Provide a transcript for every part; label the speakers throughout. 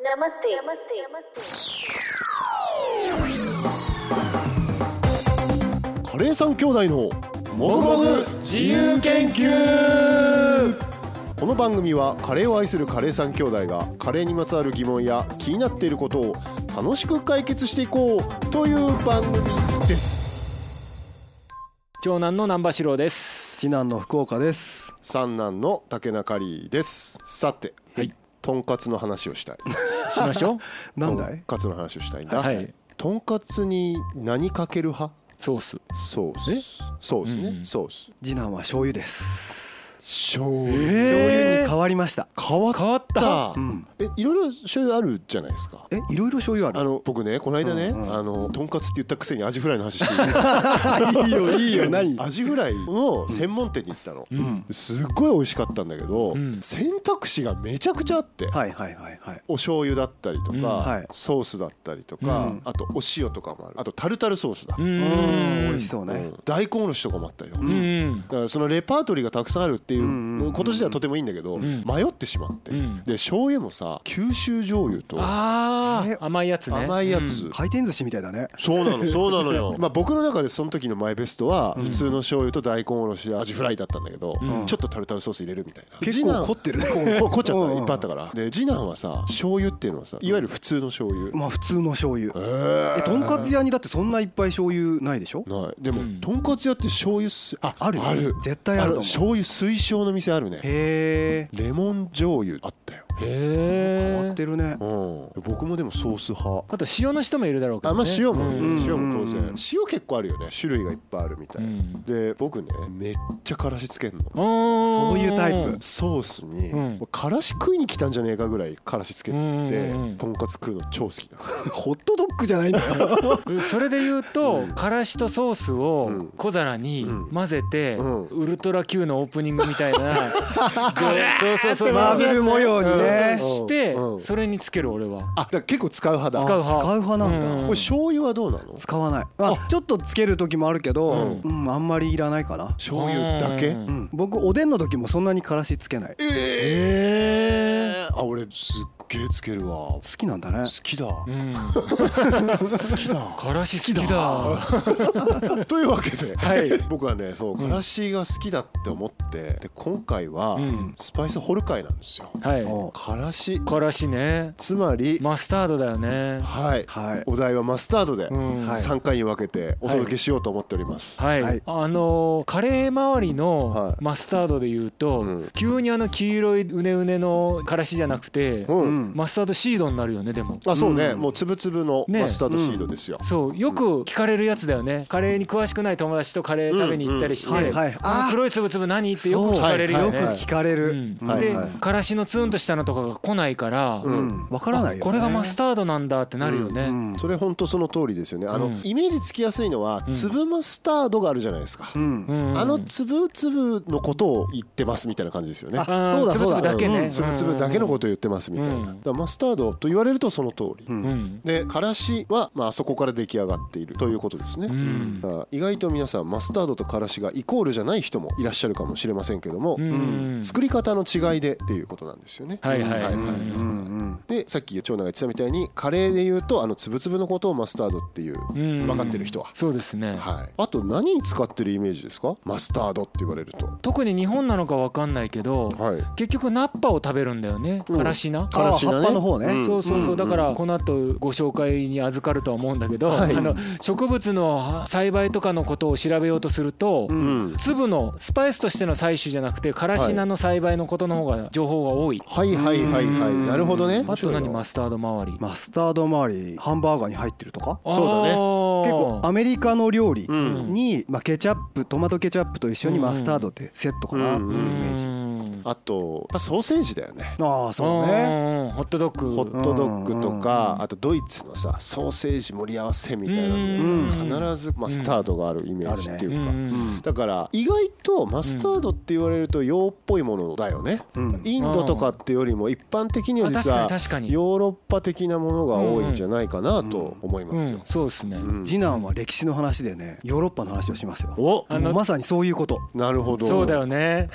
Speaker 1: नमस्ते नमस्ते नमस्ते
Speaker 2: カレーさん兄弟のモグモグ自由研究この番組はカレーを愛するカレーさん兄弟がカレーにまつわる疑問や気になっていることを楽しく解決していこうという番組です
Speaker 3: 長男の南波四郎です。
Speaker 4: 次男の福岡です。
Speaker 2: 三男の竹中里ですさて、
Speaker 3: はい
Speaker 2: とんかつの話をしたい
Speaker 3: しまし ょ
Speaker 4: なんだ
Speaker 2: とん
Speaker 4: い？
Speaker 2: かつの話をしたいん
Speaker 3: う。
Speaker 2: だ、
Speaker 3: はい。
Speaker 2: とんかつに何かける派
Speaker 3: ソース。
Speaker 2: ソースそうですね、
Speaker 3: うんうん
Speaker 2: ソース
Speaker 4: 次男は醤油です。
Speaker 2: 醤油、
Speaker 4: 醤油
Speaker 3: え
Speaker 4: に変わりました。
Speaker 2: 変わっ
Speaker 3: 変わった。
Speaker 2: た、
Speaker 4: うん。
Speaker 2: えいろいろ醤油あるじゃないですか
Speaker 4: え、いろいろ醤
Speaker 2: あ
Speaker 4: 油ある。
Speaker 2: の僕ねこの間ね、
Speaker 4: うんうん
Speaker 2: あのとんかつって言ったくせにアジフライの話してる
Speaker 4: いい よいいよ何？
Speaker 2: アジフライの専門店に行ったの、
Speaker 3: うん。
Speaker 2: すっごい美味しかったんだけど、
Speaker 3: うん
Speaker 2: 選択肢がめちゃくちゃあって、
Speaker 4: はいはいはいはい。
Speaker 2: お醤油だったりとか、
Speaker 3: うん
Speaker 4: はい
Speaker 2: ソースだったりとか、
Speaker 4: うん
Speaker 2: あとお塩とかもあるあとタルタルソースだ、
Speaker 3: う
Speaker 4: うん
Speaker 3: ん。
Speaker 4: 美味しそう
Speaker 2: う
Speaker 4: ね。
Speaker 2: ん大根おろしとかもあったりとか、
Speaker 3: う
Speaker 2: だ
Speaker 3: ん。
Speaker 2: からそのレパートリーがたくさんあるってい
Speaker 4: うんう
Speaker 2: うんこと自体はとてもいいんだけど、
Speaker 3: うん
Speaker 2: 迷ってしまって、
Speaker 3: うん
Speaker 2: で醤油もさ九州醤油と
Speaker 3: あ
Speaker 4: え
Speaker 3: あ、甘いやつね。
Speaker 2: 甘いやつ、
Speaker 4: 回転寿司みたいだね。
Speaker 2: そう なのそうなのよまあ僕の中でその時のマイベストは
Speaker 4: うん
Speaker 2: 普通の醤油と大根おろしでアジフライだったんだけど、
Speaker 3: うん
Speaker 2: ちょっとタルタルソース入れるみたいな
Speaker 4: 結構凝 ってるね。
Speaker 2: こう凝っちゃっ
Speaker 4: うんう
Speaker 2: た
Speaker 4: ん
Speaker 2: いっぱいあったからで次男はさ醤油っていうのはさいわゆる普通の醤油、
Speaker 4: まあ普通の醤油。
Speaker 2: え
Speaker 4: え、とんかつ屋にだってそんないっぱい醤油ないでしょ？
Speaker 2: ないでも、
Speaker 3: うん
Speaker 2: とんかつ屋って醤油すあ
Speaker 4: あるよ
Speaker 2: ある
Speaker 4: 絶対あると思
Speaker 2: の
Speaker 4: う
Speaker 2: 醤油推奨の店あるね
Speaker 4: へえ。
Speaker 2: レモン醤油あったよ
Speaker 3: へ
Speaker 4: 変わっ
Speaker 3: え。
Speaker 4: てるね。
Speaker 2: うん僕もでもソース派
Speaker 3: あと塩の人もいるだろうけ
Speaker 2: あ
Speaker 3: どね。
Speaker 2: まあ塩も、
Speaker 3: うん
Speaker 4: ん
Speaker 2: 塩も当
Speaker 4: うん
Speaker 2: 然塩結構あるよね種類がいっぱいあるみた
Speaker 3: う
Speaker 2: いな、
Speaker 3: ん。
Speaker 2: で僕ねめっちゃからしつけんの
Speaker 3: そ
Speaker 4: そういうタイプ
Speaker 2: ソースに、
Speaker 3: うん
Speaker 2: もうからし食いに来たんじゃねえかぐらいからしつけて、
Speaker 3: うんうんうん
Speaker 2: とんかつ食うの超好き だ
Speaker 4: ホットドッグじゃないん だよ。
Speaker 3: それで言うと、
Speaker 2: うん
Speaker 3: からしとソース
Speaker 2: う
Speaker 3: を
Speaker 2: ん
Speaker 3: 小皿に
Speaker 2: うん
Speaker 3: 混ぜて、
Speaker 2: うん
Speaker 3: ウルトラ Q のオープニングみたいなそうそうそうそう
Speaker 4: マーブル模様にね。
Speaker 3: して
Speaker 2: うん
Speaker 3: それにつける俺は
Speaker 2: あだから結構使う派だ
Speaker 3: 使う
Speaker 4: 使
Speaker 3: 派
Speaker 4: う派なん
Speaker 3: う
Speaker 4: だ
Speaker 3: ん。
Speaker 2: これ醤油はどうなの
Speaker 4: 使わない、まあ、ちょっとつける時もあるけど、うんあんまりいらないかな、
Speaker 2: 醤油だけ、
Speaker 3: うん
Speaker 4: うん、僕おでんの時もそんなにからしつけない好
Speaker 2: えー、あ俺すっげえつけるわ好
Speaker 4: きなんだね
Speaker 2: きだ
Speaker 3: うん
Speaker 2: 好 きだ
Speaker 3: からし 好きだ。
Speaker 2: というわけで、
Speaker 3: はい
Speaker 2: 僕はねそうからしが好きだって思ってで今回は、
Speaker 3: うん
Speaker 2: スパイス掘る会なんですよ
Speaker 3: は
Speaker 4: お
Speaker 2: からし
Speaker 3: い。からしね。
Speaker 2: つまり、
Speaker 3: マスタードだよね。
Speaker 2: はい
Speaker 4: はい
Speaker 2: お題はマスタードで
Speaker 3: うん。
Speaker 4: はい
Speaker 2: 3回に分けてお届けしようと思っております、
Speaker 3: はい、
Speaker 4: はい
Speaker 3: あのーカレー周り
Speaker 2: はい
Speaker 3: のマスタードで言うと、
Speaker 2: うん
Speaker 3: 急にあの黄色いうねうねのからしじゃなくて、
Speaker 2: うん、
Speaker 4: うん
Speaker 3: マスタードシードになるよねでも
Speaker 2: あそうね、
Speaker 4: うん
Speaker 2: もうつぶつぶの
Speaker 3: ね
Speaker 2: マスタードシードですよ、
Speaker 3: そうよく聞かれるやつだよねカレーに詳しくない友達とカレー食べに行ったりして「
Speaker 4: うんうんはいはい
Speaker 3: あの黒いつぶつぶ何?」ってよく聞かれるよ
Speaker 2: そ
Speaker 3: ね、
Speaker 2: うは
Speaker 4: よく
Speaker 2: いはい
Speaker 4: 聞かれる、
Speaker 3: うん
Speaker 2: はい
Speaker 3: で、
Speaker 2: はい
Speaker 3: からしのツーンとしたのとかが来ないから、
Speaker 2: う
Speaker 4: うんんわからないよ、ね、
Speaker 3: これがマス
Speaker 4: タ
Speaker 3: タードなんだってなるよね、
Speaker 4: うん
Speaker 2: それ本当その通りですよねあの、
Speaker 3: うん
Speaker 2: イメージつきやすいのは
Speaker 3: うん
Speaker 2: 粒マスタードがあるじゃないですか、
Speaker 4: うん
Speaker 3: うんうん
Speaker 2: あの粒粒のことを言ってますみたいな感じですよね
Speaker 4: あそうだ
Speaker 3: つぶ
Speaker 4: そう
Speaker 3: つ
Speaker 4: だ
Speaker 3: ぶだけ
Speaker 2: う
Speaker 3: ね、
Speaker 2: ん、粒々だけのこととを言ってますみたいな、
Speaker 3: うん
Speaker 2: だからマスタードと言われるとその通り、
Speaker 4: うん
Speaker 3: うん
Speaker 2: でからしは、まああそこから出来上がっているということですね、
Speaker 3: うん
Speaker 2: だから意外と皆さんマスタードとからしがイコールじゃない人もいらっしゃるかもしれませんけども、
Speaker 3: うん
Speaker 2: 作り方の違いでっていうことなんですよね。
Speaker 3: はいはい
Speaker 2: は
Speaker 3: はいい、
Speaker 2: は
Speaker 3: はいい
Speaker 4: うんうん
Speaker 2: でさっき長男が言ってたみたいにカレーで言うとあのつぶつぶのことをマスタードっていう、
Speaker 3: うん
Speaker 2: 分かってる人は
Speaker 3: そうですね、
Speaker 2: はい、あと何に使ってるイメージですかマスタードって言われると
Speaker 3: 特に日本なのかわかんないけど
Speaker 2: はい
Speaker 3: 結局ナッパを食べるんだよね
Speaker 2: うん
Speaker 3: からしな、
Speaker 2: からしだ
Speaker 4: あ葉っぱの方ね
Speaker 2: ん
Speaker 3: そうそうそう、
Speaker 4: うん
Speaker 3: だからこの後ご紹介に預かるとは思うんだけど、
Speaker 2: はい
Speaker 3: あの植物の栽培とかのことを調べようとすると、
Speaker 2: うんん
Speaker 3: 粒のスパイスとしての採取じゃなくてからし菜の栽培のことの方が情報が多い、
Speaker 2: はいはいはいはい
Speaker 3: うん
Speaker 2: なるほどね
Speaker 3: あと何
Speaker 2: マ
Speaker 3: マ
Speaker 2: ス
Speaker 3: スタード周り、
Speaker 4: マスタード周りハンバーガーに入ってるとか
Speaker 3: あー
Speaker 2: そうだね結
Speaker 4: 結構アメリカの料理
Speaker 2: うん
Speaker 4: に、まあ、ケチャップトマトケチャップと一緒にマスタードってセットかなっていうイメージ、
Speaker 3: うん
Speaker 2: あとまあソーセージだよね
Speaker 4: ああそうね
Speaker 3: うんうんホットドッグ
Speaker 2: ホットドッグと
Speaker 4: うんうん
Speaker 2: か
Speaker 4: うん
Speaker 2: あとドイツのさソーセージ盛り合わせみたいなの
Speaker 4: うん
Speaker 2: でさ必ずマスタードがあるイメージっていう
Speaker 3: う
Speaker 2: か
Speaker 3: んうん
Speaker 2: だから意外とマスタードって言われると洋っぽいものだよね
Speaker 4: うん
Speaker 2: インドとかってよりも一般的には
Speaker 3: あ確
Speaker 2: 実
Speaker 3: か
Speaker 2: は
Speaker 3: に確かに
Speaker 2: ヨーロッパ的なものが多いんじゃないかなと思います
Speaker 3: うん
Speaker 2: よ、
Speaker 3: そうですね、
Speaker 2: うん
Speaker 4: 次男は歴史の話でねヨーロッパの話をしますよ
Speaker 2: お
Speaker 3: あの
Speaker 4: もうまさにそういうこと
Speaker 2: なるほど
Speaker 3: そうだよね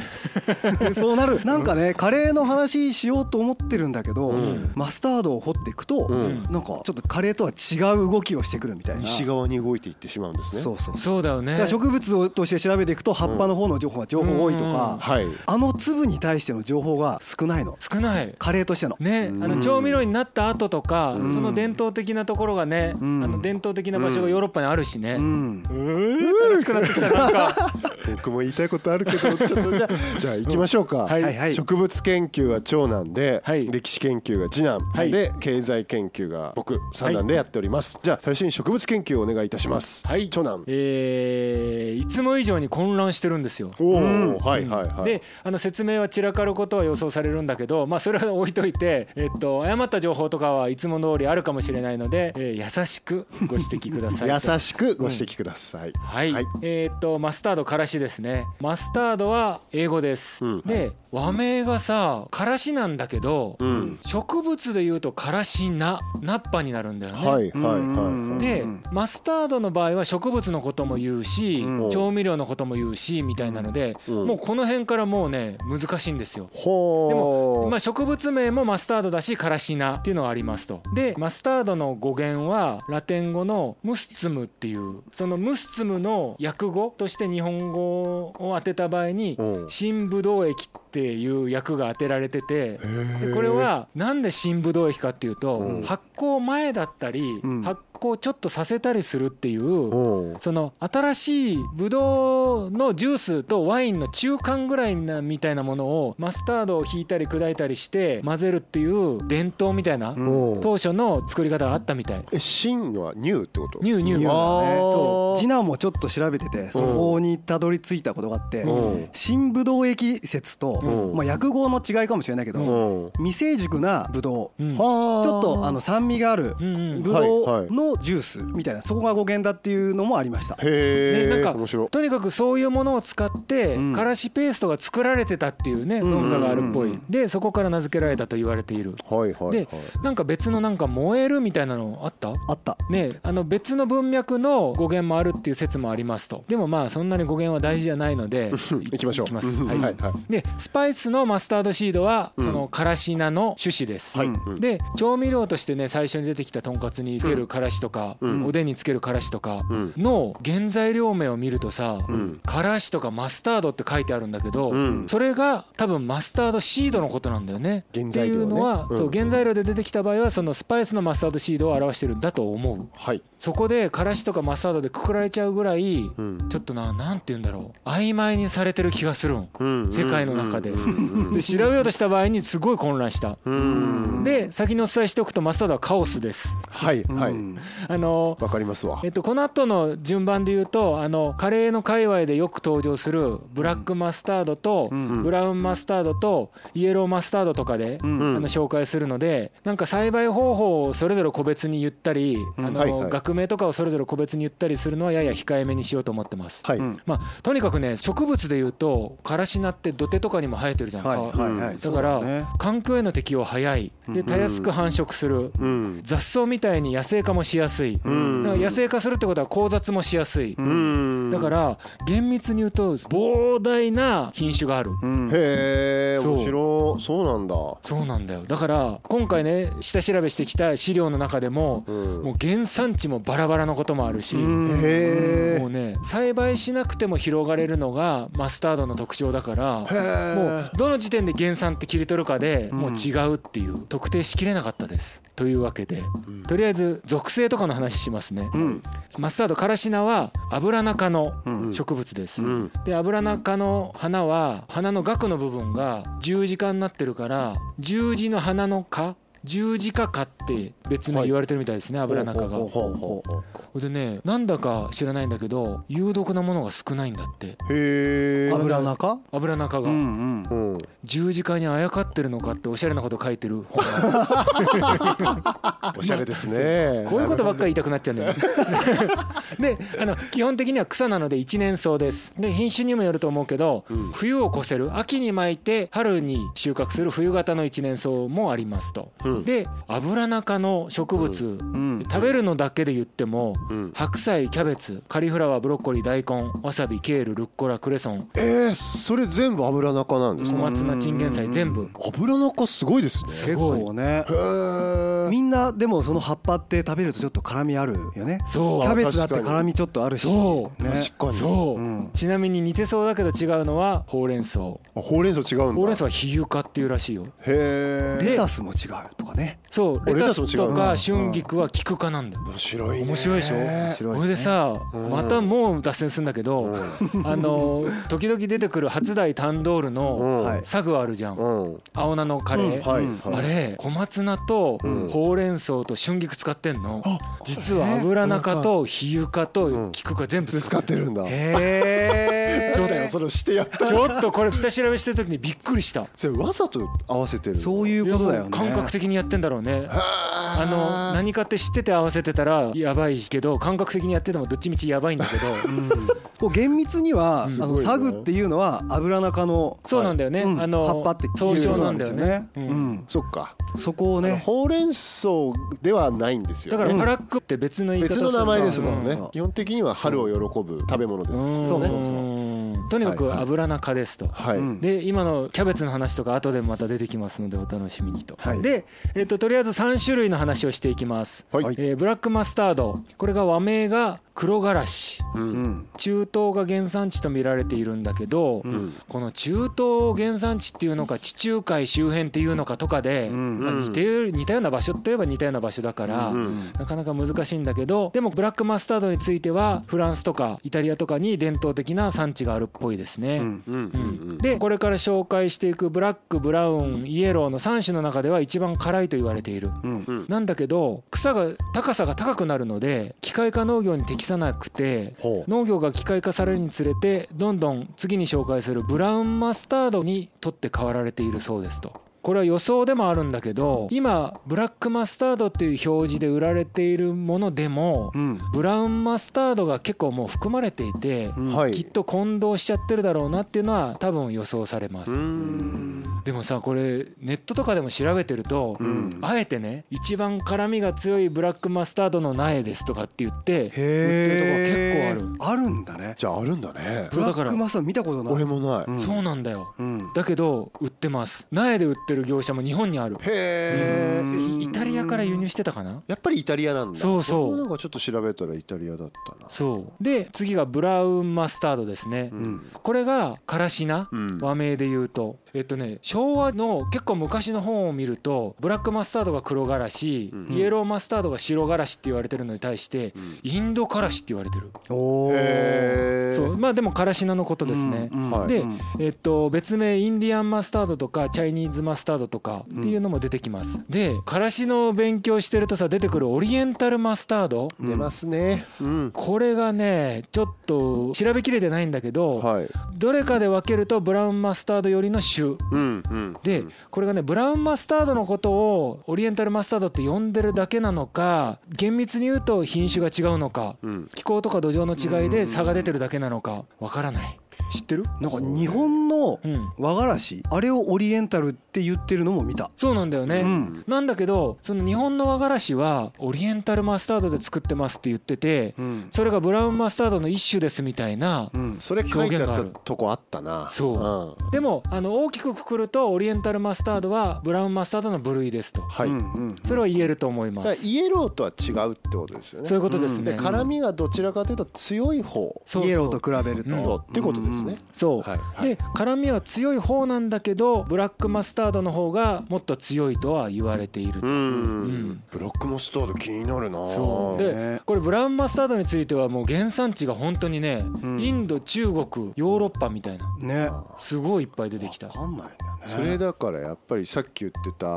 Speaker 4: そうそうなるなんかねカレーの話しようと思ってるんだけど、
Speaker 2: うん
Speaker 4: マスタードを掘っていくと、
Speaker 2: うん
Speaker 3: うん
Speaker 4: なんかちょっとカレーとは違う動きをしてくるみたいな
Speaker 2: 西側に動いていってしまうんですね
Speaker 4: そうそう
Speaker 3: そうだよね
Speaker 4: だから植物をとして調べていくと葉っぱの方の情報が情報多いとか、
Speaker 2: はい
Speaker 4: あの粒に対しての情報が少ないの
Speaker 3: 少ない
Speaker 4: カレーとしての、
Speaker 3: ね、あ
Speaker 2: うん
Speaker 3: の調味料になった後とか、
Speaker 4: うん
Speaker 3: その伝統的なところがね、
Speaker 4: うん
Speaker 3: あの伝統的な場所がヨーロッパにあるしね
Speaker 4: う、ん、
Speaker 3: うん楽しくなってきたなんか
Speaker 2: 僕も言いたいことあるけどちょっとじゃあじゃあ行きましょ うか、
Speaker 3: はい
Speaker 4: はいはい
Speaker 2: 植物研究が長男で、
Speaker 3: はい
Speaker 2: 歴史研究が次男
Speaker 3: はい
Speaker 2: で、経済研究が僕三男でやっております、じゃあ最初に植物研究をお願いいたします、
Speaker 3: はい
Speaker 2: 長男
Speaker 3: えーいつも以上に混乱してるんですよ。
Speaker 2: おお、
Speaker 4: うん
Speaker 2: はいはいはい
Speaker 3: であの説明は散らかることは予想されるんだ けど、まあ、それは置いといて、えっと、誤った情報とかはいつも通りあるかもしれないので、えー優しくご指摘ください と。
Speaker 2: 優しくご指摘ください、
Speaker 3: はい、
Speaker 2: はい
Speaker 3: えーっとマスタードからしですねマスタードは英語です、
Speaker 2: うん
Speaker 3: で和名がさからしなんだけど、
Speaker 2: うん
Speaker 3: 植物でいうとからしな菜っぱになるんだよね、
Speaker 2: はいはいはいはい
Speaker 3: で
Speaker 4: うん
Speaker 3: マスタードの場合は植物のことも言うし、
Speaker 2: うん
Speaker 3: 調味料のことも言うしみたいなので、
Speaker 2: うん
Speaker 3: もうこの辺からもうね難しいんですよ。で
Speaker 2: ほ
Speaker 3: も
Speaker 2: う、
Speaker 3: まあ、植物名もマスタードだしからしなっていうのはありますとでマスタードの語源はラテン語のムスツムっていうそのムスツムの訳語として日本語を当てた場合に
Speaker 2: うん
Speaker 3: 新ブドウ液っていう訳が当てられてて
Speaker 2: へ
Speaker 3: で
Speaker 2: ー
Speaker 3: これはなんで新ブドウ液かっていうと、
Speaker 2: うん
Speaker 3: 発酵前だったり、
Speaker 4: うん
Speaker 3: 発酵ちょっとさせたりするっていう、
Speaker 2: うん
Speaker 3: その新しいブドウのジュースとワインの中間ぐらいなみたいなものをマスタードをひいたり砕いたりして混ぜるっていう伝統みたいな、
Speaker 2: うん
Speaker 3: 当初の作り方があったみたい。
Speaker 2: え新はニューってこと
Speaker 3: ニューニュー
Speaker 4: ニューだね
Speaker 2: あー
Speaker 4: 次男もちょっと調べててそこにたどり着いたことがあって
Speaker 3: うん
Speaker 4: 新ぶどう液説
Speaker 3: う
Speaker 4: と、
Speaker 2: ん
Speaker 4: まあ、薬号の違いかもしれないけ
Speaker 2: う
Speaker 4: ど
Speaker 2: ん
Speaker 4: 未成熟なぶどう
Speaker 3: うん
Speaker 2: はー
Speaker 4: ちょっとあの酸味がある
Speaker 3: うんうん
Speaker 4: ぶどうのジュースみたいなそこが語源だっていうのもありました。
Speaker 2: へえ、
Speaker 3: ねなんか
Speaker 2: 面白い
Speaker 3: とにかくそういうものを使って
Speaker 4: うん
Speaker 3: からしペーストが作られてたっていうね
Speaker 4: うん
Speaker 3: 文化があるっぽ
Speaker 4: うんう
Speaker 3: い
Speaker 4: ん
Speaker 3: でそこから名付けられたと言われている
Speaker 2: はいはいはい
Speaker 3: でなんか別のなんか燃えるみたいなのあった
Speaker 4: あった
Speaker 3: ねあの別の文脈の語源もあるっていう説もありますとでもまあそんなに語源は大事じゃないので
Speaker 2: 行きましょう
Speaker 3: 行きます
Speaker 2: うん
Speaker 3: はい
Speaker 2: はいはい
Speaker 3: でスパイスのマスタードシードはそのからし菜の種子です、
Speaker 2: はい、
Speaker 4: うん
Speaker 2: うん
Speaker 3: で調味料としてね最初に出てきたとんかつにつけるからしとか、
Speaker 2: うん
Speaker 3: おでんにつけるからしとか
Speaker 2: うん
Speaker 3: の原材料名を見るとさ、
Speaker 2: うん
Speaker 3: からしとかマスタードって書いてあるんだけど、
Speaker 2: うん
Speaker 3: それが多分マスタードシードのことなんだよね。
Speaker 2: 原
Speaker 3: って
Speaker 2: 材
Speaker 3: い
Speaker 2: 料ね
Speaker 3: うのは、
Speaker 2: ん
Speaker 3: そう原材料で出てきた場合はそのスパイスのマスタードシードを表してるんだと思う
Speaker 2: はい、
Speaker 3: そこでからしとかマスタードでくくられちゃうぐらい
Speaker 2: うん
Speaker 3: ちょっとななんて言うんだろう曖昧にされてる気がするん世界の中で
Speaker 2: うん
Speaker 3: で調べようとした場合にすごい混乱した
Speaker 2: うん
Speaker 3: で先にお伝えしておくとマスタードはカオスです
Speaker 2: はい
Speaker 4: うん
Speaker 2: はい
Speaker 3: あの
Speaker 2: わかりますわ
Speaker 3: えっと、この後の順番で言うとあのカレーの界隈でよく登場するブラックマスタードと
Speaker 4: うん
Speaker 2: うん
Speaker 3: ブラウンマスタードとイエローマスタードとかで、
Speaker 4: うん
Speaker 2: うん
Speaker 3: あの紹介するのでなんか栽培方法をそれぞれ個別に言ったり、
Speaker 4: うん
Speaker 3: あの
Speaker 2: はいはい
Speaker 3: 学名とかをそれぞれ個別に言ったりするのはやや控えめにしようと思ってます。
Speaker 2: はい、
Speaker 4: うん
Speaker 3: まあ、とにかくね植物で言うとからし菜って土手とかにも生えてるじゃん、
Speaker 4: はい
Speaker 3: か
Speaker 4: はいはい
Speaker 3: だから
Speaker 4: そうね
Speaker 3: 環境への適応早いでたやすく繁殖する、
Speaker 2: うん
Speaker 3: 雑草みたいに野生化もしやすい、
Speaker 2: うん
Speaker 3: だから野生化するってことは交雑もしやすい、
Speaker 2: うん
Speaker 3: だから厳密に言うと膨大な品種がある、
Speaker 4: うん
Speaker 2: へえ
Speaker 3: そう
Speaker 2: 面白いそうなんだ
Speaker 3: そうなんだよだから今回ね下調べしてきた資料の中でも、
Speaker 2: うん
Speaker 3: もう原産地もバラバラのこともあるし、
Speaker 4: うん
Speaker 2: へー
Speaker 3: もうね栽培しなくても広がれるのがマスタードの特徴だから
Speaker 2: へー
Speaker 3: もうどの時点で原産って切り取るかでもう違うっていう特定しきれなかったです。というわけで
Speaker 2: うん
Speaker 3: とりあえず属性とかの話しますね。
Speaker 4: うん
Speaker 3: マスタードカラシナはアブラナ科の
Speaker 4: うん
Speaker 3: 植物です。
Speaker 2: うん
Speaker 3: でアブラナ科の花は花の額の部分が十字架になってるから十字の花の科十字架科って別名言われてるみたいですね、アブラナ科が。
Speaker 2: ほうほうほうほ
Speaker 3: ほんでねなんだか知らないんだけど有毒なものが少ないんだって
Speaker 2: うへえ
Speaker 4: 油中
Speaker 3: アブラナ科
Speaker 4: う
Speaker 3: が、
Speaker 4: ん
Speaker 2: うん
Speaker 3: 十字架にあやかってるのかっておしゃれなこと書いてる本が
Speaker 2: おしゃれですね
Speaker 3: こういうことばっかり言いたくなっちゃうんだよね であの基本的には草なので一年草ですで品種にもよると思うけど、
Speaker 2: うん
Speaker 3: 冬を越せる秋に巻いて春に収穫する冬型の一年草もありますと
Speaker 2: うんうん
Speaker 3: で油中の植物
Speaker 4: うん
Speaker 3: 食べるのだけで言っても
Speaker 2: うん
Speaker 3: 白菜キャベツカリフラワーブロッコリー大根わさびケールルッコラクレソン
Speaker 2: えー、それ全部油中なんです
Speaker 3: 小
Speaker 2: か、
Speaker 3: 松菜チンゲン菜全部
Speaker 2: 油中すごいですね
Speaker 4: 結構ね
Speaker 2: へー
Speaker 4: みんなでもその葉っぱって食べるとちょっと辛みあるよね
Speaker 3: そ
Speaker 4: キ
Speaker 3: う
Speaker 4: ャベツだっ
Speaker 2: 確か
Speaker 4: て
Speaker 2: に
Speaker 4: 辛みちょっとあるし
Speaker 3: そう
Speaker 4: ね
Speaker 2: 確かに
Speaker 3: そう、
Speaker 4: うん
Speaker 3: ちなみに似てそうだけど違うのはほうれん草ほ
Speaker 2: あほうれん草違うんだ
Speaker 3: うれん草は比喩化っていうらしいよ
Speaker 2: へえ
Speaker 4: レタスも違うとかね
Speaker 3: そう
Speaker 2: レ
Speaker 3: レ
Speaker 2: タ
Speaker 3: タ
Speaker 2: スも違う
Speaker 3: スとか
Speaker 4: うん
Speaker 3: 春菊は菊科なんだよ
Speaker 2: 面白いね
Speaker 3: 面白いでしょ
Speaker 2: 面
Speaker 4: 白いね
Speaker 3: これでさ
Speaker 2: うん
Speaker 3: またもう脱線するんだけどあの時々出てくる初代タンドールの
Speaker 2: は
Speaker 4: はいい
Speaker 3: サグあるじゃん
Speaker 2: うん
Speaker 3: 青菜のカレー
Speaker 2: は
Speaker 4: う
Speaker 2: い
Speaker 4: ん
Speaker 2: はい
Speaker 3: あれ小松菜と
Speaker 2: うん
Speaker 3: ほうれん草と春菊使ってんの
Speaker 2: あ
Speaker 3: 実は油中と比喩化
Speaker 2: うん
Speaker 3: と菊科全部
Speaker 2: 使ってるんだ
Speaker 4: へ
Speaker 2: そうだよそれしてやった
Speaker 3: ちょっとこれ下調べしてる時にびっくりした
Speaker 2: それわざと合わせてる
Speaker 4: そう
Speaker 2: う
Speaker 4: いうことだよ
Speaker 3: いやも
Speaker 4: ね
Speaker 3: う感覚的にやってんだろうねあ
Speaker 2: あ
Speaker 3: の何かって知ってて合わせてたらやばいけど感覚的にやっててもどっちみちやばいんだけど
Speaker 4: こう厳密にはあ
Speaker 2: すごいよ
Speaker 4: の
Speaker 2: ね
Speaker 4: サグっていうのは油中の
Speaker 3: そうなんだよね、
Speaker 4: うん
Speaker 3: あ
Speaker 4: 葉
Speaker 3: の
Speaker 4: っぱっていう
Speaker 3: 総称なんだよ
Speaker 4: ことな
Speaker 3: ね
Speaker 4: んですよ
Speaker 3: う
Speaker 4: うんん
Speaker 2: そっか
Speaker 4: そこを
Speaker 2: あの
Speaker 4: ね
Speaker 2: ほうれん草ではないんですよ
Speaker 3: だから
Speaker 4: うん
Speaker 3: パラックって別の言い方
Speaker 2: 別の名前ですもん
Speaker 4: う
Speaker 2: ね
Speaker 4: ん
Speaker 2: 基本的には春を喜ぶ食べ物です
Speaker 3: うん
Speaker 4: そうそうそう
Speaker 3: うんとにかく油中ですと、
Speaker 2: はい
Speaker 4: うん
Speaker 3: で今のキャベツの話とか後でまた出てきますのでお楽しみにと、
Speaker 4: はい
Speaker 3: で、えっととりあえず3種類の話をしていきます、
Speaker 2: はい
Speaker 3: えーブラックマスタードこれが和名が黒ガラシ
Speaker 2: う
Speaker 4: うんん
Speaker 3: 中東が原産地と見られているんだけど、
Speaker 4: う
Speaker 2: うん
Speaker 3: この中東を原産地っていうのか地中海周辺っていうのかとかで、
Speaker 4: うん
Speaker 3: まあ、似てる似たような場所といえば似たような場所だから、
Speaker 2: うん
Speaker 3: なかなか難しいんだけどでもブラックマスタードについてはフランスとかイタリアとかに伝統的な産地があるっぽいですね。
Speaker 4: うん
Speaker 2: うん
Speaker 3: う
Speaker 2: うんん
Speaker 3: でこれから紹介していくブラックブラウンイエローの3種の中では一番辛いと言われている
Speaker 4: うん
Speaker 2: うん
Speaker 3: なんだけど草が高さが高くなるので機械化農業に適さなくて
Speaker 2: ほう
Speaker 3: 農業が機械化されるにつれてどんどん次に紹介するブラウンマスタードに取って代わられているそうですと。これは予想でもあるんだけど今ブラックマスタードっていう表示で売られているものでも
Speaker 4: うん
Speaker 3: ブラウンマスタードが結構もう含まれていて
Speaker 4: うん
Speaker 2: はい
Speaker 3: きっと混同しちゃってるだろうなっていうのは多分予想されま
Speaker 2: う
Speaker 3: す
Speaker 2: ん
Speaker 3: でもさこれネットとかでも調べてると
Speaker 2: うん
Speaker 3: あえてね一番辛みが強いブラックマスタードの苗ですとかって言って売って
Speaker 4: へ
Speaker 3: る
Speaker 4: え
Speaker 3: とこ結構
Speaker 4: あるんだね
Speaker 2: じゃああるんだね
Speaker 4: ブ
Speaker 3: そうだ
Speaker 4: ラ
Speaker 3: から
Speaker 4: ックマスタード見たことない
Speaker 2: 俺もない
Speaker 3: あるそうなんだよ
Speaker 4: うん
Speaker 3: だけど売ってます苗で売ってる業者も日本にある
Speaker 2: へ
Speaker 4: う
Speaker 2: え
Speaker 4: ん
Speaker 3: いイタリアから輸入してたかな
Speaker 2: やっぱりイタリアなんだ
Speaker 3: そうそう
Speaker 2: 僕もなんかちょっと調べたらイタリアだったな
Speaker 3: そうで次がブラウンマスタードですね
Speaker 2: うん
Speaker 3: これがからしな
Speaker 2: うん
Speaker 3: 和名で言うとえっとね昭和の結構昔の本を見るとブラックマスタードが黒がらし
Speaker 2: うん
Speaker 3: イエローマスタードが白がらしって言われてるのに対して
Speaker 2: うん
Speaker 3: インドからしって言われてる
Speaker 4: おー
Speaker 2: へえ
Speaker 3: そうまあでもからしなのことですね
Speaker 4: うんうん
Speaker 2: はい
Speaker 3: で
Speaker 4: うん
Speaker 3: えっと、別名インディアンマスタードとかチャイニーズマスタードとかっていうのも出てきます、でからしの勉強してるとさ出てくるオリエンタルマスタード
Speaker 2: 出ますねうん
Speaker 3: これがねちょっと調べきれてないんだけど、
Speaker 2: はい
Speaker 3: どれかで分けるとブラウンマスタードよりの種
Speaker 2: うんうん
Speaker 3: でこれがねブラウンマスタードのことをオリエンタルマスタードって呼んでるだけなのか厳密に言うと品種が違うのか
Speaker 2: うん
Speaker 3: 気候とか土壌の違いで差が出てるだけなのかわからない知ってる
Speaker 4: なんか日本の
Speaker 3: うん
Speaker 4: 和がらしあれをオリエンタルって言ってるのも見た
Speaker 3: そうなんだよね、
Speaker 4: うん
Speaker 3: なんだけどその日本の和がらしはオリエンタルマスタードで作ってますって言ってて
Speaker 4: うん
Speaker 3: それがブラウンマスタードの一種ですみたいな
Speaker 4: うん
Speaker 2: それ書いてあったとこあったな
Speaker 3: そう
Speaker 2: うん
Speaker 3: でもあの大きくくくるとオリエンタルマスタードはブラウンマスタードの部類ですと
Speaker 2: はい
Speaker 4: うんうん
Speaker 3: それは言えると思いま
Speaker 2: だから
Speaker 3: す
Speaker 2: イエローとは違うってことですよ
Speaker 3: そうい
Speaker 2: ね
Speaker 3: うことです
Speaker 4: うん
Speaker 3: ね、
Speaker 2: で辛みがどちらかというと強い方
Speaker 3: そうそう
Speaker 4: イエローと比べる
Speaker 3: うん
Speaker 4: と
Speaker 2: ってことですね
Speaker 3: そう、
Speaker 2: はいはい
Speaker 3: で辛みは強い方なんだけどブラックマスタードの方がもっと強いとは言われていると、
Speaker 2: うんブラックマスタード気になるな
Speaker 3: そうで
Speaker 4: ね
Speaker 3: これブラウンマスタードについてはもう原産地が本当にね、
Speaker 4: うん
Speaker 3: インド中国ヨーロッパみたいな
Speaker 4: うんね
Speaker 2: あ
Speaker 3: すごいいっぱい出てきた
Speaker 4: わかんないんだよね
Speaker 2: それだからやっぱりさっき言ってた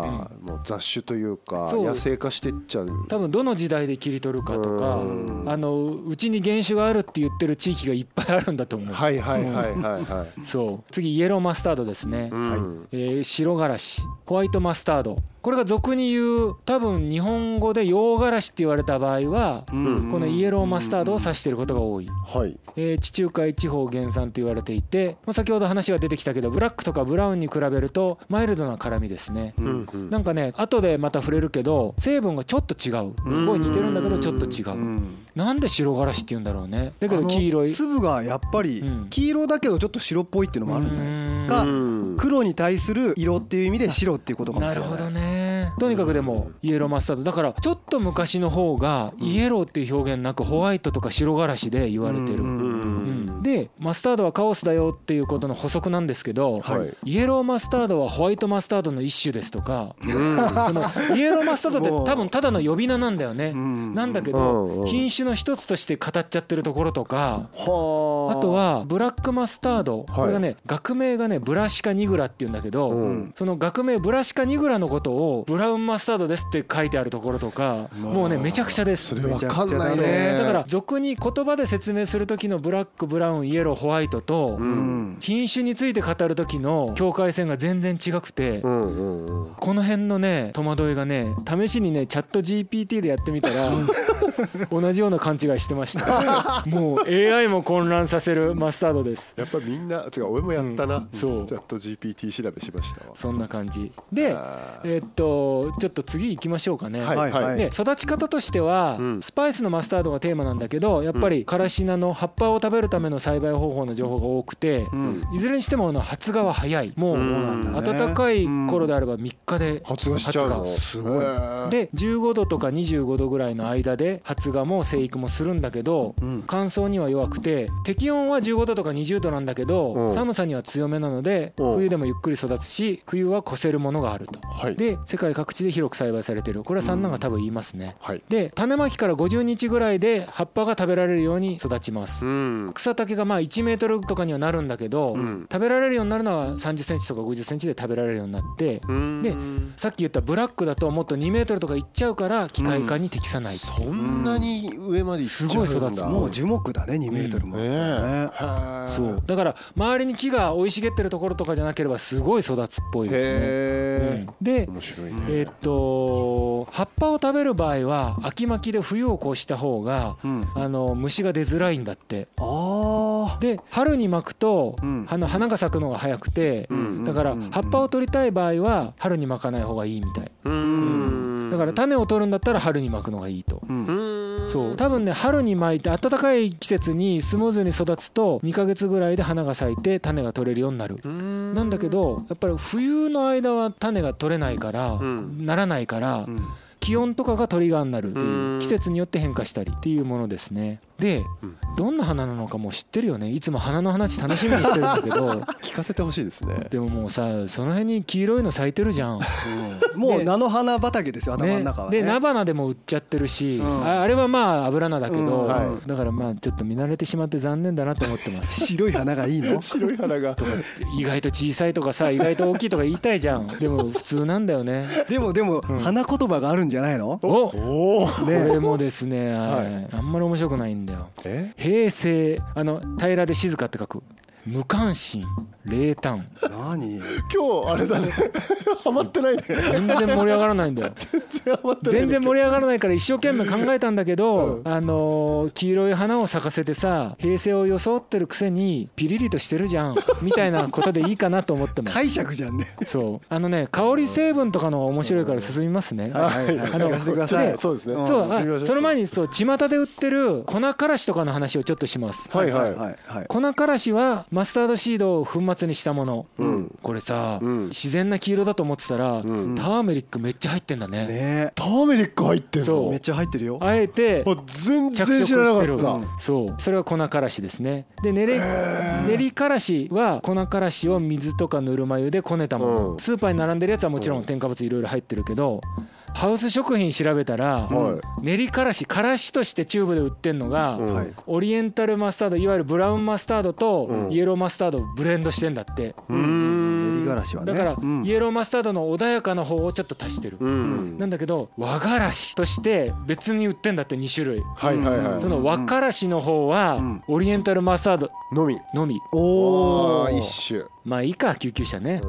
Speaker 2: もう雑種というか
Speaker 3: そう
Speaker 2: 野生化してっちゃう
Speaker 3: 多分どの時代で切り取るかとか
Speaker 2: うん
Speaker 3: あのうちに原種があるって言ってる地域がいっぱいあるんだと思う、
Speaker 2: はいはいはいはいはい
Speaker 3: そう次イエローマスタードですね、
Speaker 2: うん
Speaker 3: えー白がらしホワイトマスタードこれが俗に言う多分日本本語で洋辛子って言われた場合は
Speaker 2: ん
Speaker 3: このイエローマスタードを指していることが多い、
Speaker 2: はい
Speaker 3: えー地中海地方原産と言われていて、まあ、先ほど話が出てきたけどブラックとかブラウンに比べるとマイルドな辛みですね
Speaker 2: うん
Speaker 3: なんかね後でまた触れるけど成分がちょっと違うすごい似てるんだけどちょっと違
Speaker 4: う
Speaker 3: うんなんで白辛子って言うんだろうねだけ
Speaker 4: あ
Speaker 3: ど
Speaker 4: の
Speaker 3: 黄色い
Speaker 4: 粒がやっぱり
Speaker 3: うん
Speaker 4: 黄色だけどちょっと白っぽいっていうのもあるんだね
Speaker 3: うん
Speaker 4: が
Speaker 2: うん
Speaker 4: 黒に対する色っていう意味で白っていうことかもし
Speaker 3: な
Speaker 4: れ
Speaker 3: る
Speaker 4: ない
Speaker 3: ほどねとにかくでもイエローマスタードだからちょっと昔の方がイエローっていう表現なくホワイトとか白辛子で言われてる、
Speaker 4: うん
Speaker 3: うんでマスタードはカオスだよっていうことの補足なんですけど、
Speaker 2: はい
Speaker 3: イエローマスタードはホワイトマスタードの一種ですとかそのイエローマスタードって多分ただの呼び名なんだよね、なんだけ
Speaker 2: うん
Speaker 3: ど
Speaker 2: うん
Speaker 3: 品種の一つとして語っちゃってるところとか
Speaker 2: は
Speaker 3: あとはブラックマスタードこれがね学名がねブラシカニグラっていうんだけど、
Speaker 2: うん
Speaker 3: その学名ブラシカニグラのことをブラウンマスタードですって書いてあるところとかもうねめちゃくちゃです
Speaker 2: それわかんない
Speaker 4: めちゃくちゃだ
Speaker 2: ね
Speaker 4: ね
Speaker 3: だから俗に言葉で説明する時のブラックブラウンイエローホワイトと
Speaker 2: うん
Speaker 3: 品種について語る時の境界線が全然違くて
Speaker 2: うんうんうん
Speaker 3: この辺のね戸惑いがね試しにねチャット GPT でやってみた ら同じような勘違いしてましたもう AI も混乱させるマスタードです
Speaker 2: やっぱりみんな違う俺もやったな、
Speaker 3: うんそう
Speaker 2: チャット GPT 調べしましたわ
Speaker 3: そんな感じで
Speaker 2: あー
Speaker 3: えっとちょっと次行きましょうかね、
Speaker 2: はいはい、
Speaker 4: はい
Speaker 3: で育ち方としては、
Speaker 2: うん
Speaker 3: スパイスのマスタードがテーマなんだけどやっぱりカラシナの葉っぱを食べるための栽培方法の情報が多くて、
Speaker 4: うん
Speaker 3: いずれにしてもあの発芽は早いもう
Speaker 2: うん
Speaker 3: 暖かい頃であれば3日で
Speaker 2: 発芽しちゃうの
Speaker 3: 発芽
Speaker 2: すごい、
Speaker 3: で15度とか25度ぐらいの間で発芽も生育もするんだけど乾燥には弱くて適温は15度とか20度なんだけ
Speaker 2: うん
Speaker 3: ど寒さには強めなので
Speaker 2: うん
Speaker 3: 冬でもゆっくり育つし冬は越せるものがあると。
Speaker 2: はい
Speaker 3: で世界各地で広く栽培されているこれは三男が多分言いますね。
Speaker 2: はい
Speaker 3: で種まきから50日ぐらいで葉っぱが食べられるように育ちます。
Speaker 2: うん
Speaker 3: 草丈がまあ1メートルとかにはなるんだけど、
Speaker 2: うん
Speaker 3: 食べられるようになるのは30センチとか50センチで食べられるようになって、でさっき言ったブラックだともっと2メートルとかいっちゃうから機械化に適さない、
Speaker 2: そんなに上まで行っちゃうんだ
Speaker 3: すごい育つ
Speaker 4: もう樹木だね2メートルも、
Speaker 2: ねえ
Speaker 4: ね
Speaker 2: はー
Speaker 3: そうだから周りに木が生い茂ってるところとかじゃなければすごい育つっぽいで
Speaker 2: へ
Speaker 3: すね、
Speaker 2: え
Speaker 3: うん、で
Speaker 2: 面白い
Speaker 3: え
Speaker 2: ね
Speaker 3: ーっと葉っぱを食べる場合は秋巻きで冬を越した方が
Speaker 4: うん、あ
Speaker 3: あの虫が出づらいんだって
Speaker 4: あ
Speaker 3: で春に巻くと、
Speaker 4: うん
Speaker 3: あの花が咲くのが早くて、
Speaker 2: うん
Speaker 3: だから葉っぱを取りたい場合は春に巻かない方がいいみたい
Speaker 2: うん
Speaker 3: だから種を取るんだったら春に巻くのがいいと
Speaker 4: うん
Speaker 2: うん
Speaker 3: そう多分ね春に巻いて暖かい季節にスムーズに育つと2ヶ月ぐらいで花が咲いて種が取れるようになる
Speaker 2: うん
Speaker 3: なんだけどやっぱり冬の間は種が取れないから、
Speaker 2: ん
Speaker 3: ならないから
Speaker 4: うん
Speaker 3: 気温とかがトリガーになるって
Speaker 2: う
Speaker 3: い
Speaker 2: ん
Speaker 3: う季節によって変化したりっていうものですねで
Speaker 2: うん
Speaker 3: どんな花なのかもう知ってるよねいつも花の話楽しみにしてるんだけ ど
Speaker 2: 聞かせてほしいですね
Speaker 3: でももうさその辺に黄色いの咲いてるじゃん
Speaker 4: もう
Speaker 3: で
Speaker 4: 菜の花畑ですよ頭の
Speaker 3: ね
Speaker 4: 中は、ね
Speaker 3: で菜花でも売っちゃってるし、
Speaker 4: うん
Speaker 3: ああれはまあ油菜だけど、
Speaker 4: うん
Speaker 2: は
Speaker 3: だからまあちょっと見慣れてしまって残念だなと思ってます
Speaker 4: 白い花がいいの
Speaker 2: 白い花が
Speaker 3: 意外と小さいとかさ意外と大きいとか言いたいじゃんでも普通なんだよね
Speaker 4: でもでも
Speaker 3: うん
Speaker 4: 花言葉があるんじゃないの
Speaker 3: おこ
Speaker 2: おお
Speaker 3: れもですね、
Speaker 2: はい
Speaker 3: あんまり面白くないんだよ
Speaker 2: え
Speaker 3: 平成あの平らで静かって書く無関心冷淡
Speaker 4: 何
Speaker 2: 今日あれだ ねハマってないね
Speaker 3: 全然盛り上がらないんだよ
Speaker 2: 全然ハマってない
Speaker 3: 全
Speaker 2: ね
Speaker 3: 然盛り上がらないから一生懸命考えたんだけど、あのー黄色い花を咲かせてさ平成を装ってるくせにピリリとしてるじゃんみたいなことでいいかなと思ってます
Speaker 4: 解釈じゃんね
Speaker 3: そうあのね香り成分とかの方が面白いから進みますね、
Speaker 4: はいはい
Speaker 3: あの
Speaker 4: 聞かせてください
Speaker 3: で
Speaker 2: そうですね
Speaker 4: ん
Speaker 3: そ
Speaker 2: 進
Speaker 3: う
Speaker 2: みましょう
Speaker 3: あその前にそう巷で売ってる粉からしとかの話をちょっとします
Speaker 2: はいはい
Speaker 4: はいはい
Speaker 3: 粉からしはマスタードシードを粉末にしたもの
Speaker 2: うん
Speaker 3: これさ、
Speaker 2: うん
Speaker 3: 自然な黄色だと思ってたら、
Speaker 2: うん
Speaker 3: ターメリックめっちゃ入ってんだね
Speaker 4: ね
Speaker 2: ターメリック入ってん
Speaker 3: そ
Speaker 2: の
Speaker 3: う
Speaker 4: めっちゃ入ってるよ
Speaker 3: あえて
Speaker 2: あ全
Speaker 3: 着
Speaker 2: 然
Speaker 3: 色
Speaker 2: 知ら
Speaker 3: して
Speaker 2: な
Speaker 3: る
Speaker 2: かっ
Speaker 3: そうそれは粉からしですねで練り練りからしは粉からしを水とかぬるま湯でこねたもの、
Speaker 2: うん
Speaker 3: スーパーに並んでるやつはもちろん添加物いろいろ入ってるけどハウス食品調べたら、
Speaker 2: は
Speaker 3: 練りからしからしとしてチューブで売ってんのが、
Speaker 2: たうん
Speaker 4: はい
Speaker 3: オリエンタルマスタードいわゆるブラウンマスタード
Speaker 2: う
Speaker 3: と
Speaker 2: ん
Speaker 3: イエローマスタードをブレンドしてんだって、
Speaker 2: うーん
Speaker 4: 練りがらしはね
Speaker 3: だから、
Speaker 4: うん
Speaker 3: イエローマスタードの穏やかな方をちょっと足してる、
Speaker 2: うん
Speaker 3: なんだけど和がらしとして別に売ってんだって2種類、
Speaker 2: はいはいは
Speaker 4: うん
Speaker 3: その和からしの方は、
Speaker 4: うん
Speaker 3: オリエンタルマスタード
Speaker 2: いのみ
Speaker 3: のみ
Speaker 4: お
Speaker 2: あ
Speaker 4: お
Speaker 2: ー一種
Speaker 3: まあいいか救急車ね、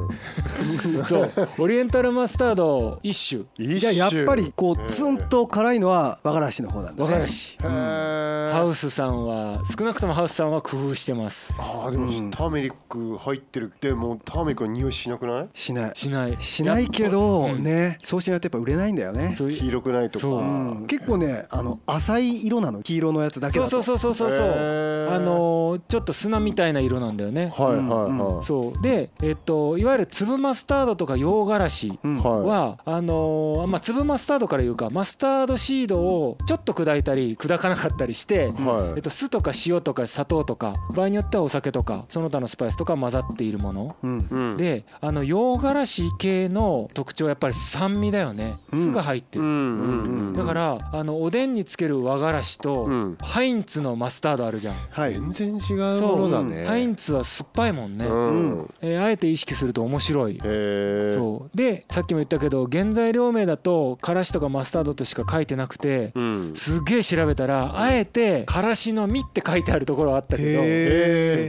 Speaker 3: そうオリエンタルマスタード一
Speaker 2: 一種
Speaker 4: じゃあやっぱりこ
Speaker 2: え
Speaker 4: う
Speaker 2: え
Speaker 4: ツンと辛いのは和がらしの方なんだ
Speaker 3: 種和がらし、
Speaker 2: へー
Speaker 3: ハウスさんは少なくともハウスさんは工夫してます
Speaker 2: あーでも
Speaker 4: うん
Speaker 2: ターメリック入ってるってもうターメリックの匂いしなくない
Speaker 4: しない
Speaker 3: しない
Speaker 4: しないけ
Speaker 3: や
Speaker 4: ど
Speaker 3: っぱ
Speaker 4: ねそうしないとやっぱ売れないんだよね
Speaker 3: そういう
Speaker 2: 黄色くないとか
Speaker 3: そう
Speaker 4: うん結構ねあの浅い色なの黄色のやつだけ
Speaker 3: そ
Speaker 4: だ
Speaker 3: う
Speaker 4: と
Speaker 3: そうそうそうそうそう、
Speaker 2: へー
Speaker 3: あのーちょっと砂みたいな色なんだよね
Speaker 2: はいはいはい
Speaker 3: そうでえっといわゆる粒マスタードとか洋がらし
Speaker 4: うん
Speaker 2: は
Speaker 3: は、あのーまあ、粒マスタードから言うかマスタードシードをちょっと砕いたり砕かなかったりして、
Speaker 2: いは
Speaker 3: えっ
Speaker 2: い
Speaker 3: と、酢とか塩とか砂糖とか場合によってはお酒とかその他のスパイスとか混ざっているもの
Speaker 4: うん
Speaker 2: うん
Speaker 3: であの洋がらし系の特徴はやっぱり酸味だよね
Speaker 4: うん
Speaker 3: 酢が入って
Speaker 2: うん
Speaker 3: る、
Speaker 2: うんうん
Speaker 3: だからあのおでんにつける和がらしと、
Speaker 2: うん
Speaker 3: ハインツのマスタードあるじゃん
Speaker 4: はい
Speaker 2: 全然違うものだね
Speaker 3: ハインツは酸っぱいもんね、
Speaker 2: うん
Speaker 4: うん
Speaker 3: えーあえて意識すると面白い
Speaker 2: へえ
Speaker 3: そうでさっきも言ったけど原材料名だとからしとかマスタードとしか書いてなくて
Speaker 2: うん
Speaker 3: すげえ調べたらあえてからしの実って書いてあるところあったけど
Speaker 4: へ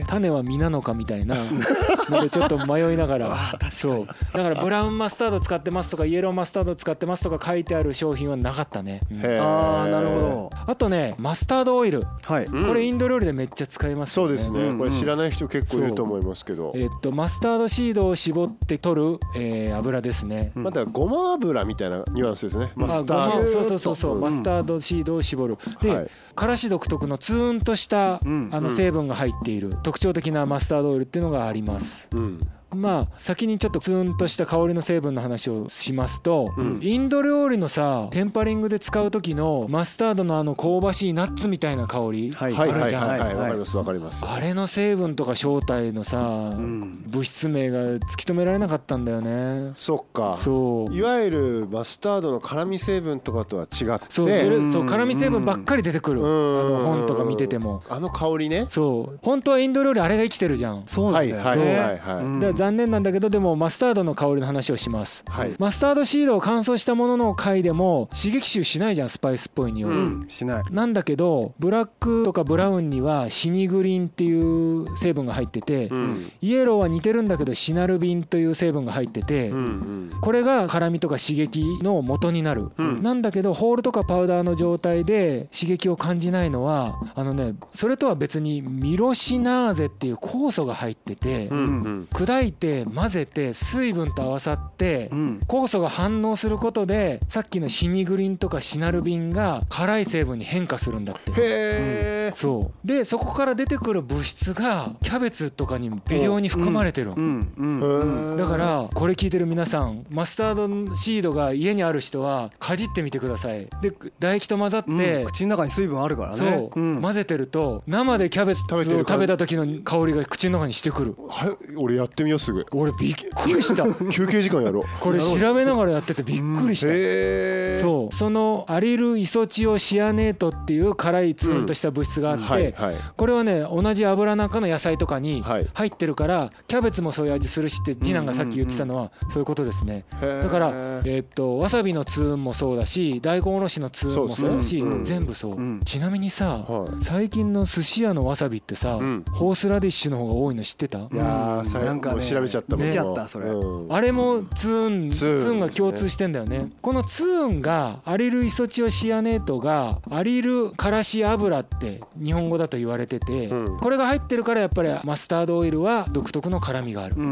Speaker 4: え
Speaker 3: 種は実なのかみたいな のでちょっと迷いながらそうだからブラウンマスタード使ってますとかイエローマスタード使ってますとか書いてある商品はなかったね、うん
Speaker 2: へー
Speaker 4: ああなるほど
Speaker 3: あとねマスタードオイル
Speaker 4: はい
Speaker 2: うん
Speaker 3: これインド料理でめっちゃ使います
Speaker 2: そ
Speaker 3: よ
Speaker 2: うです
Speaker 4: うん
Speaker 2: ね
Speaker 4: うん
Speaker 2: これ知らない人結構いると思いますけど
Speaker 3: えっとマスタードシードを絞って取る、えー油ですね、
Speaker 4: うん
Speaker 2: またごま油みたいなニュアンスですねマスタ
Speaker 3: あご
Speaker 2: ー
Speaker 3: ま
Speaker 2: ド
Speaker 3: そうそうそうそう、
Speaker 2: うん
Speaker 3: マスタードシードを絞るで、
Speaker 2: はい
Speaker 3: からし独特のツーンとした、
Speaker 4: うん
Speaker 3: あの
Speaker 2: うん
Speaker 3: 成分が入っている特徴的なマスタードオイルっていうのがあります
Speaker 2: うん
Speaker 3: まあ先にちょっとツーンとした香りの成分の話をしますと、
Speaker 2: うん
Speaker 3: インド料理のさテンパリングで使う時のマスタードのあの香ばしいナッツみたいな香り、
Speaker 4: はい
Speaker 2: はい
Speaker 3: あ
Speaker 2: は
Speaker 3: る
Speaker 2: い
Speaker 3: じゃん
Speaker 2: はいはい
Speaker 4: は
Speaker 2: わ
Speaker 4: い
Speaker 2: かりますわかります
Speaker 3: あれの成分とか正体のさ、
Speaker 4: うん
Speaker 3: 物質名が突き止められなかったんだよね
Speaker 2: そっか
Speaker 3: そう
Speaker 2: いわゆるマスタードの辛味成分とかとは違って
Speaker 3: そうそれ
Speaker 4: うん
Speaker 3: そう辛味成分ばっかり出てくるあ
Speaker 2: うん
Speaker 3: の本とか見てても
Speaker 2: あの香りね
Speaker 3: そう本当はインド料理あれが生きてるじゃんだか
Speaker 4: そうなんだよね
Speaker 2: はいはいはいはい
Speaker 4: うん
Speaker 3: ら残念なんだけどでもマスタードの香りの話をします
Speaker 2: はい
Speaker 3: マスタードシードを乾燥したものの回でも刺激臭しないじゃんスパイスっぽい匂い、
Speaker 2: うん
Speaker 4: うんしない
Speaker 3: なんだけどブラックとかブラウンにはシニグリンっていう成分が入ってて、
Speaker 2: うん
Speaker 3: イエローは似てるんだけどシナルビンという成分が入ってて、
Speaker 2: うんうん
Speaker 3: これが辛みとか刺激の元になる、
Speaker 2: うん
Speaker 3: なんだけどホールとかパウダーの状態で刺激を感じないのはあのねそれとは別にミロシナーゼっていう酵素が入ってて、
Speaker 2: うんうん
Speaker 3: 砕いて混ぜて水分と合わさって、
Speaker 4: うん
Speaker 3: 酵素が反応することでさっきのシニグリンとかシナルビンが辛い成分に変化するんだって
Speaker 2: へえ
Speaker 3: そうでそこから出てくる物質がキャベツとかに微量に含まれてるの
Speaker 4: うんうん
Speaker 3: だからこれ聞いてる皆さんマスタードシードが家にある人はかじってみてくださいで唾液と混ざって、
Speaker 4: うん口の中に水分あるからね
Speaker 3: そう、
Speaker 4: ん
Speaker 3: 混ぜてると生でキャベツを
Speaker 2: 食べてる
Speaker 3: 食べた時の香りが口の中にしてくる
Speaker 2: はい俺やってみようすぐ
Speaker 3: 俺びっくりした
Speaker 2: 休憩時間やろう
Speaker 3: これ調べながらやっててびっくりした、
Speaker 2: へえ
Speaker 3: そうそのアリルイソチオシアネートっていう辛いツーンとした物質があって、
Speaker 2: はいはい
Speaker 3: これはね同じ油なんかの野菜とかに
Speaker 2: はい
Speaker 3: 入ってるからキャベツもそういう味するしって次男がさっき言ってたのはそういうことですねだ
Speaker 2: だ
Speaker 3: からえーっとわさびの通もそうだし大根おろしの通もそうだし
Speaker 2: そうですねうん
Speaker 3: 全部そう
Speaker 4: うん
Speaker 3: ちなみにさ
Speaker 2: はい
Speaker 3: 最近の寿司屋のわさびってさ
Speaker 2: うん
Speaker 3: ホースラディッシュの方が多いの知ってた
Speaker 2: いやーさ
Speaker 4: な
Speaker 2: なんん
Speaker 4: かね
Speaker 2: か調べちゃったもん
Speaker 3: 見ち
Speaker 4: ゃったそれ
Speaker 2: うん
Speaker 3: あれもツーン
Speaker 2: ツ
Speaker 3: ツ
Speaker 2: ーン
Speaker 3: ーンが共通してんだよねこのツーンがアリルイソチオシアネートがアリルからし油って日本語だと言われてて、
Speaker 2: うん
Speaker 3: これが入ってるからやっぱりマスタードオイルは独特の辛みがある、
Speaker 4: うん
Speaker 2: う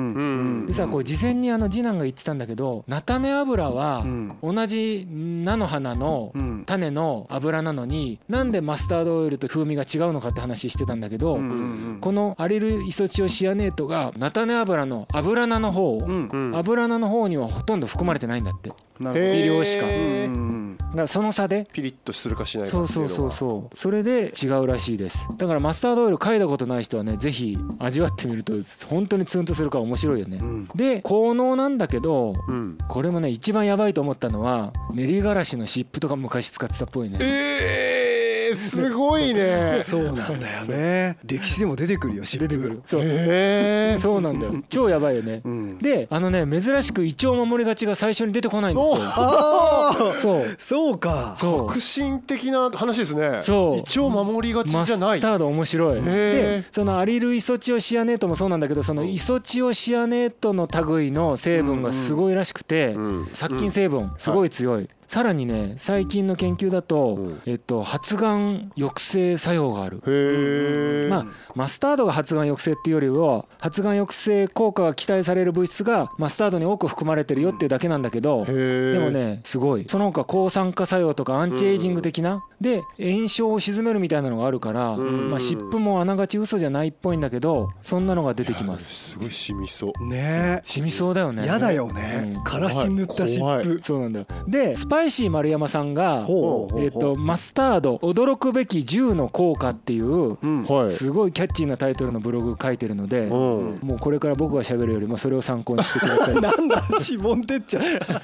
Speaker 2: ん
Speaker 3: でさこう事前にあの次男が言ってたんだけど菜種油は
Speaker 4: うん
Speaker 3: 同じ菜の花の
Speaker 4: うん
Speaker 3: 種の油なのになんでマスタードオイルと風味が違うのかって話してたんだけど、
Speaker 4: うんうん
Speaker 3: このアリルイソチオシアネートが菜種油の油菜の方を、
Speaker 4: うん
Speaker 2: うん
Speaker 3: 油菜の方にはほとんど含まれてないんだってだか
Speaker 4: な
Speaker 2: へ
Speaker 4: る
Speaker 2: ー
Speaker 3: 微量しか
Speaker 4: ほどうん
Speaker 3: らその差で
Speaker 2: ピリッとするかしないか
Speaker 3: そ
Speaker 2: っ
Speaker 3: う
Speaker 2: てい
Speaker 3: そうう
Speaker 2: のが
Speaker 3: そうそうそれで違うらしいですだからマスタードオイル嗅いだことない人はね是非味わってみると本当にツンとするから面白いよね
Speaker 4: うん
Speaker 3: で効能なんだけど
Speaker 2: うん
Speaker 3: これもね一番やばいと思ったのは練りがらしの湿布とか昔使ってたっぽいね
Speaker 2: ええー、すごいね
Speaker 4: そうなんだよね歴史でも出てくるよ湿布
Speaker 3: 出てくる そう
Speaker 2: えー、
Speaker 3: そうなんだよ超やばいよね
Speaker 4: うん、
Speaker 3: であのね珍しくイチョウ守りがちが最初に出てこないんです
Speaker 2: お
Speaker 3: よ
Speaker 4: ああ
Speaker 3: そう
Speaker 4: そうか
Speaker 3: そう
Speaker 2: 革新的な話ですね
Speaker 3: そう
Speaker 2: 一応守りがち
Speaker 3: マ
Speaker 2: じゃ
Speaker 3: スタ
Speaker 2: ない
Speaker 3: ード面白い
Speaker 2: へ
Speaker 3: で
Speaker 2: え
Speaker 3: そのアリルイソチオシアネートもそうなんだけどそのイソチオシアネートの類の成分がすごいらしくて
Speaker 2: うん
Speaker 3: 殺菌成分すごい強いさらにね最近の研究だ
Speaker 2: う
Speaker 3: と
Speaker 2: ん
Speaker 3: えっと発がん抑制作用がある
Speaker 2: へえ、
Speaker 3: まあマスタードが発がん抑制っていうよりは発がん抑制効果が期待される物質がマスタードに多く含まれてるよっていうだけなんだけど
Speaker 2: へえ
Speaker 3: でもねすごいその他抗酸化作用とかアンチエイジング的なで炎症を鎮めるみたいなのがあるから
Speaker 2: うん
Speaker 3: まあ湿布もあながち嘘じゃないっぽいんだけどそんなのが出てきます
Speaker 2: すごい染みそう
Speaker 4: ね
Speaker 3: 染みそうだよ
Speaker 4: え
Speaker 3: ね
Speaker 4: やだよね
Speaker 3: うん
Speaker 4: からし塗った湿
Speaker 2: 怖い
Speaker 4: 布
Speaker 3: そうなんだよでスパイシー丸山さんが
Speaker 4: ほう
Speaker 3: えっとマスタード驚くべき10の効果っていう
Speaker 4: うん
Speaker 2: はい
Speaker 3: すごいキャッチーなタイトルのブログ書いてるの
Speaker 2: う
Speaker 3: で
Speaker 2: ん
Speaker 3: もうこれから僕が喋るよりもそれを参考にしてください
Speaker 4: なんだしぼんでっちゃった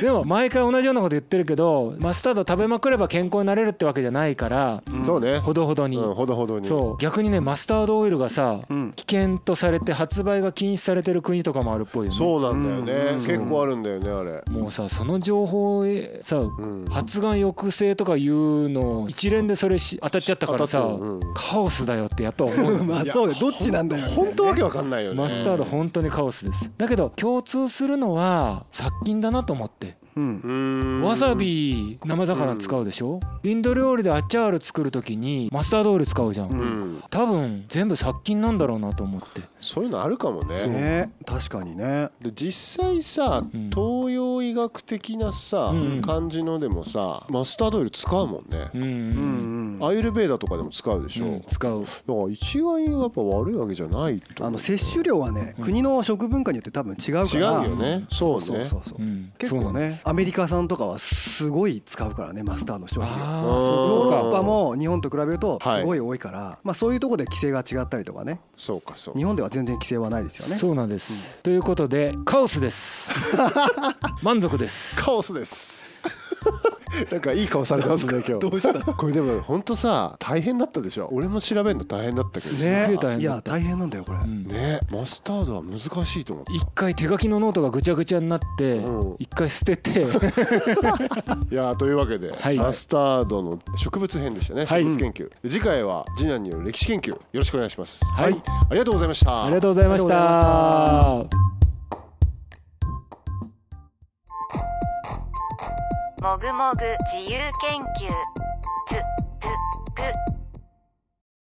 Speaker 3: でも毎回同じようなこと言ってるけどマスタード食べまくれば健康になれるってわけじゃないから
Speaker 2: そうね
Speaker 3: ほどほどに、
Speaker 2: うんほどほどに
Speaker 3: そう逆にねマスタードオイルがさ
Speaker 4: うん
Speaker 3: 危険とされて発売が禁止されてる国とかもあるっぽいよね
Speaker 2: そうなんだよね
Speaker 4: うん
Speaker 2: 結構あるんだよねあれ
Speaker 3: もうさその情報へさ
Speaker 2: うん
Speaker 3: 発がん抑制とかいうの一連でそれし当たっちゃったからさ、
Speaker 2: 当たってるうん
Speaker 3: カオスだよってやっぱ 思うよね
Speaker 4: まあ
Speaker 2: いや
Speaker 4: そうだよどっちなんだよ
Speaker 2: 本当わけわかんないよね
Speaker 3: マスタード本当にカオスですだけど共通するのは殺菌だなと思って
Speaker 4: うん
Speaker 2: うん
Speaker 3: わさび生魚使うでしょインド料理でアチャール作る時にマスタードオイル使うじゃ
Speaker 4: うん
Speaker 2: うん
Speaker 3: 多分全部殺菌なんだろうなと思って
Speaker 2: そういうのあるかもね
Speaker 4: ねえ確かにね
Speaker 2: で実際さ
Speaker 3: うん
Speaker 2: 東洋医学的なさ
Speaker 3: うん
Speaker 2: 感じのでもさマスタードオイル使うもんね
Speaker 3: うん
Speaker 4: う
Speaker 3: うん
Speaker 4: んうん
Speaker 2: アイルベーダとかでも使うでし
Speaker 3: う
Speaker 2: ょ
Speaker 3: ん使う
Speaker 2: だから一概にやっぱ悪いわけじゃないと
Speaker 4: あの摂取量はね
Speaker 3: うん
Speaker 4: 国の食文化によって多分違うから
Speaker 2: 違うよねそうね
Speaker 4: そうそうそう
Speaker 3: うん
Speaker 4: 結
Speaker 3: そ
Speaker 4: 構
Speaker 3: うなんで
Speaker 4: ね
Speaker 3: す
Speaker 4: アメリカ産とかはすごい使うからねマスターの消費量
Speaker 3: あ
Speaker 2: う
Speaker 3: あ
Speaker 2: ん
Speaker 3: そ
Speaker 4: ヨ
Speaker 3: うい
Speaker 4: ー
Speaker 3: う
Speaker 4: ロ
Speaker 3: こと
Speaker 4: ッパ
Speaker 3: か
Speaker 4: も日本と比べると
Speaker 2: はい
Speaker 4: すごい多いから、まあ、そういうところで規制が違ったりとかね
Speaker 2: そうかそうか
Speaker 4: 日本では全然規制はないですよね
Speaker 3: そうなんです、ということでカオスです 満足です
Speaker 2: カオスです なんかいい顔されてますね今
Speaker 4: ど
Speaker 2: 日
Speaker 4: うした
Speaker 2: これでも本当さ大変だったでしょ俺も調べるの大変だったけど
Speaker 3: げえ大変だった
Speaker 4: ねいや大変なんだよこれ、
Speaker 3: うん
Speaker 2: ねマスタードは難しいと思って
Speaker 3: 一回手書きのノートがぐちゃぐちゃになって
Speaker 2: うん
Speaker 3: 一回捨てて
Speaker 2: いやーというわけで、
Speaker 3: はい
Speaker 2: マスタードの植物編でしたね、
Speaker 3: はい
Speaker 2: 植物研究次回は次男による歴史研究よろしくお願いします
Speaker 3: はい
Speaker 2: ありがとうございました
Speaker 3: ありがとうございました
Speaker 1: もぐもぐ自由研究